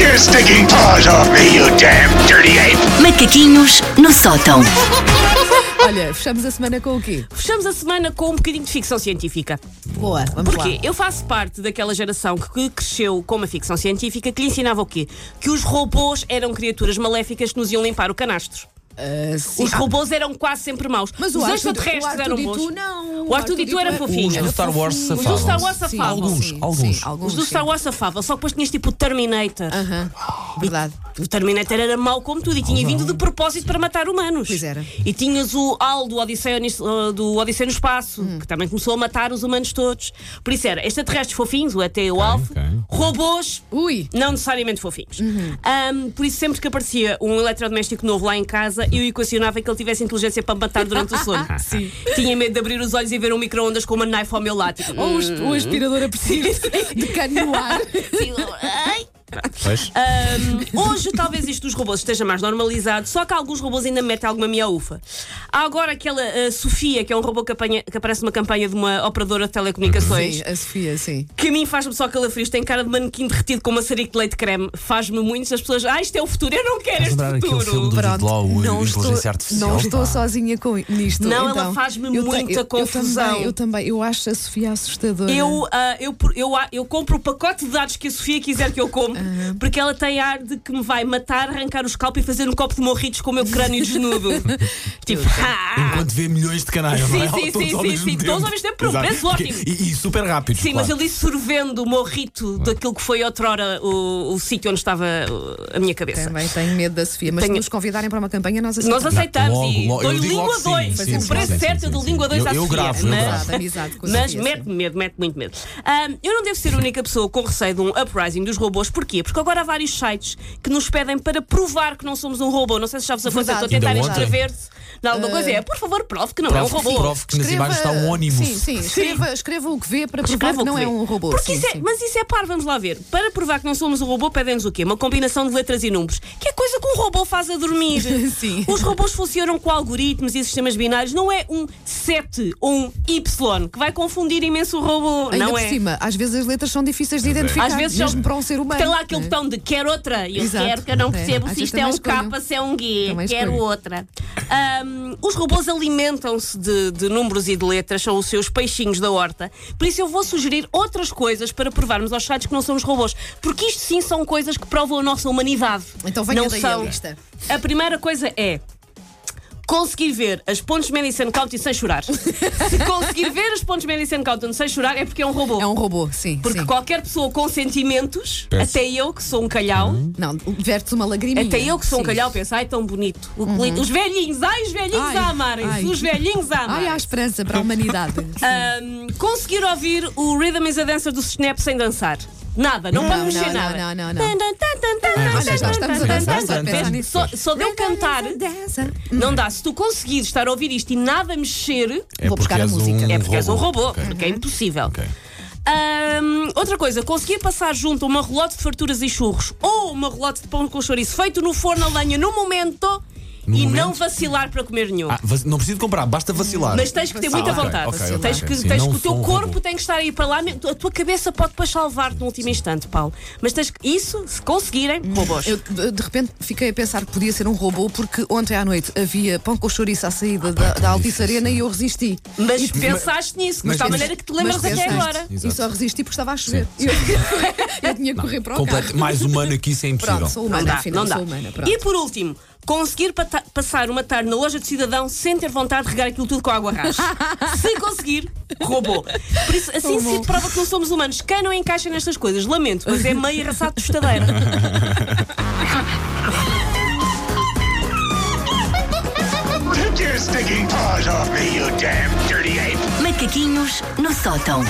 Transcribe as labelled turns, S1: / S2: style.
S1: your stinking paws off me, you damn dirty ape!
S2: Macaquinhos no sótão.
S3: Olha, fechamos a semana com o quê?
S4: Fechamos a semana com um bocadinho de ficção científica.
S3: Boa, vamos
S4: Porquê? Eu faço parte daquela geração que- que cresceu com uma ficção científica que lhe ensinava o quê? Que os robôs eram criaturas maléficas que nos iam limpar o canastro.
S3: lá. Ah, sim.
S4: Os robôs eram quase sempre maus.
S3: Mas o
S4: Os
S3: Arthur-
S4: extraterrestres
S3: o Arthur
S4: eram
S3: e
S4: bons.
S3: tu, não.
S4: O Arthur e tu era
S3: era-
S4: fofinho.
S5: Os do
S4: Era
S5: Star Wars
S3: é fofinho.
S4: Os do Star
S5: safavam.
S4: Wars é
S3: Sim,
S4: safavam.
S5: alguns,
S3: é sim,
S5: alguns.
S3: sim, alguns.
S4: Os do Star Wars safavam, só que depois tinhas tipo o Terminator.
S3: sim. Aham, verdade.
S4: O Terminator era mau como tudo e tinha vindo de propósito para matar humanos.
S3: Uhum. Pois era.
S4: E tinhas o Al do Odisseia, no- uh, do Odisseia no Espaço,
S3: Hum.
S4: que também começou a matar os humanos todos. Por isso era extraterrestres fofinhos, o ET, o Alf,
S5: ok.
S4: robôs.
S3: Ui.
S4: Não necessariamente fofinhos.
S3: Uhum.
S4: Ahm, por isso, sempre que aparecia um eletrodoméstico novo lá em casa, eu equacionava que ele tivesse inteligência para me matar durante o sono.
S3: Sim.
S4: Tinha medo de abrir os olhos e ver um micro-ondas com uma knife ao meu lado. Tipo,
S3: Ou um as- um aspirador a preciso de cano no ar.
S4: ai.
S5: Pois.
S4: Ahm, hoje talvez isto dos robôs esteja mais normalizado, só que alguns robôs ainda metem alguma miaúfa. Há agora aquela ah, Sofia, que é um robô que, apanha- que aparece numa campanha de uma operadora de telecomunicações.
S3: Sim, a Sofia, sim.
S4: Que a mim faz-me só calafrios, tem cara de manequim derretido com maçarico de leite de creme. Faz-me muito, as pessoas. Ah, isto é o futuro, eu não quero
S5: Faz
S4: este
S5: lembrar aquele filme
S4: futuro.
S5: do Jude
S3: Pronto,
S5: Law, o
S3: não estou,
S5: Inteligência Artificial.
S3: não estou
S5: pá.
S3: sozinha com nisto.
S4: Não, ela
S3: então.
S4: faz-me
S3: Eu te-
S4: muita
S3: eu- Eu
S4: confusão.
S3: também, eu também, eu acho a Sofia assustadora.
S4: Eu, ah, eu, eu, eu compro o pacote de dados que a Sofia quiser que eu compre, porque ela tem ar de que me vai matar, arrancar o scalp e fazer um copo de morritos com o meu crânio desnudo. tipo, ah!
S5: Enquanto vê milhões de canais,
S4: Sim,
S5: não é?
S4: sim,
S5: Todos
S4: sim,
S5: ao
S4: sim,
S5: mesmo
S4: sim,
S5: tempo.
S4: todos ao mesmo tempo, por um
S5: Exato.
S4: preço
S5: Porque-
S4: ótimo.
S5: E, e super rápido.
S4: Sim, mas
S5: claro.
S4: ele disse sorvendo o morrito daquilo que foi outrora o, o sítio onde estava uh, a minha cabeça.
S3: Também tenho medo da Sofia, mas
S4: Tenho-
S3: se nos convidarem para uma campanha, nós
S4: Nós
S3: aceitamos.
S4: aceitamos e
S5: Logo, logo, eu
S4: dou-lhe
S5: digo
S4: língua
S5: logo sim,
S4: dois.
S5: sim,
S4: o
S5: sim,
S4: preço
S5: sim,
S4: é, certo
S5: sim,
S4: eu dou
S5: sim,
S4: língua
S5: sim.
S4: dois à
S5: Eu- eu
S4: Sofia.
S5: gravo, eu
S4: mas-
S3: Amizade,
S5: gravo.
S3: amizade com a
S4: Mas
S3: Sofia,
S4: mete
S3: sim.
S4: medo, mete muito medo. Ahm, eu não devo ser a única pessoa com receio de um uprising dos robôs. Porquê? Porque agora há vários sites que nos pedem para provar que não somos um robô. Não sei se já vos aconteceu. Estou a
S3: Verdade.
S4: tentar
S5: Ainda ontem.
S4: inscrever-se em alguma coisa. É, por favor, prove que não é um
S5: Prove,
S4: robô.
S5: prove que nas imagens está um ônibus.
S3: Sim, sim, escreva, escreva o que vê para provar
S4: Escreva
S3: que
S4: o
S3: não
S4: que
S3: é
S4: vê.
S3: um robô.
S4: Porque
S3: sim,
S4: isso é-
S3: sim.
S4: Mas isso é par, vamos lá ver. Para provar que não somos um robô, pedem-nos o quê? Uma combinação de letras e números. Que é coisa que um robô faz a dormir.
S3: Sim.
S4: Os robôs funcionam com algoritmos e sistemas binários. Não é um 7 ou um Y que vai confundir imenso o robô.
S3: Ainda
S4: não
S3: por
S4: é?
S3: cima, às vezes as letras são difíceis
S5: é.
S3: de identificar,
S4: Às vezes
S3: mesmo
S4: são-
S3: para um ser humano.
S4: Tem lá aquele
S3: não é?
S4: botão de quer outra. Eu
S3: Exato.
S4: quero que eu não
S3: É.
S4: percebo
S3: Às
S4: se
S3: vezes
S4: isto é
S3: também
S4: um
S3: escolho.
S4: K, se é um G.
S3: Também
S4: Quero
S3: escolho.
S4: outra. Ahm, os robôs alimentam-se de, de números e de letras, são os seus peixinhos da horta. Por isso eu vou sugerir outras coisas para provarmos aos sites que não somos robôs. Porque isto sim são coisas que provam a nossa humanidade.
S3: Então venha
S4: não
S3: daí
S4: são.
S3: a lista.
S4: A primeira coisa é. Conseguir ver as pontes Madison County sem chorar. Se conseguir ver as pontes Madison County sem chorar é porque é um robô.
S3: É um robô, sim.
S4: Porque
S3: sim.
S4: qualquer pessoa com sentimentos,
S5: Peço. Hum.
S4: até eu que sou um calhau,
S3: Não, vertes uma lagriminha.
S4: até eu que sou um
S3: Sim. Uhum.
S4: calhau, penso, ai, tão bonito. O clito- Os velhinhos, ai, os velhinhos
S3: Ai,
S4: a amarem-se,
S3: ai.
S4: os velhinhos a
S3: Ai, há
S4: amarem-se.
S3: esperança para a humanidade.
S4: Ahm, conseguir ouvir o Rhythm is a Dancer do Snap sem dançar. Nada, não,
S3: Não,
S4: pode mexer
S3: não,
S4: nada.
S3: não, não, não.
S4: Tan, tan, tan, tan, tan,
S5: É,
S4: tan,
S3: olha, já
S4: tan,
S3: estamos a
S4: tan,
S3: dançar,
S4: tan,
S5: só Ah, de
S4: tan,
S5: pensar
S4: tan.
S3: nisso.
S4: Só- Só de eu cantar,
S3: Dança.
S4: não dá. Se tu conseguires estar a ouvir isto e nada mexer,
S5: É
S3: Vou buscar
S5: porque
S3: a
S5: és
S3: música.
S5: Um
S4: é porque és um robô,
S5: Ok.
S4: porque é impossível.
S5: Ok.
S4: Ahm, outra coisa, conseguir passar junto a uma relote de farturas e churros ou uma relote de pão com chouriço feito no forno a lenha no momento
S5: No
S4: e
S5: momento?
S4: não vacilar para comer nenhum.
S5: Ah, vac- não preciso comprar, basta vacilar.
S4: Mas tens que ter
S3: Ah,
S4: muita
S5: ok,
S4: vontade.
S5: ok, ok,
S4: tens
S5: ok.
S4: que,
S5: Sim,
S4: tens
S5: não
S4: que o teu
S5: sou um
S4: corpo
S5: robô.
S4: tem que estar aí para lá. A tua cabeça pode depois salvar-te no último instante, Paulo. Mas tens que, isso, se conseguirem, robôs.
S3: Hum. Eu de de repente fiquei a pensar que podia ser um robô porque ontem à noite havia pão com chouriço à saída da, da Altice
S5: difícil.
S3: Arena e eu resisti.
S4: Mas pensaste nisso, mas
S5: mas
S4: de tal
S5: tens-
S4: maneira que te lembras
S3: Mas
S4: até
S3: pensaste.
S4: agora.
S3: E só resisti porque estava a chover.
S5: Sim.
S3: Eu, eu tinha que correr para o
S5: Completo,
S3: carro.
S5: mais humano que isso é impossível.
S3: Pronto, sou
S4: Não
S3: humana,
S4: dá,
S3: afinal,
S4: não dá.
S3: sou humana. Pronto.
S4: E por último, conseguir pata- passar uma tarde na loja do cidadão sem ter vontade de regar aquilo tudo com água rasa. se conseguir, roubou. Por isso, assim se prova que não somos humanos. Quem não encaixa nestas coisas, lamento, mas é meio arrasado de tostadeira.
S1: Take your stinking paws off me, you damn dirty ape!
S2: Macaquinhos no sótão.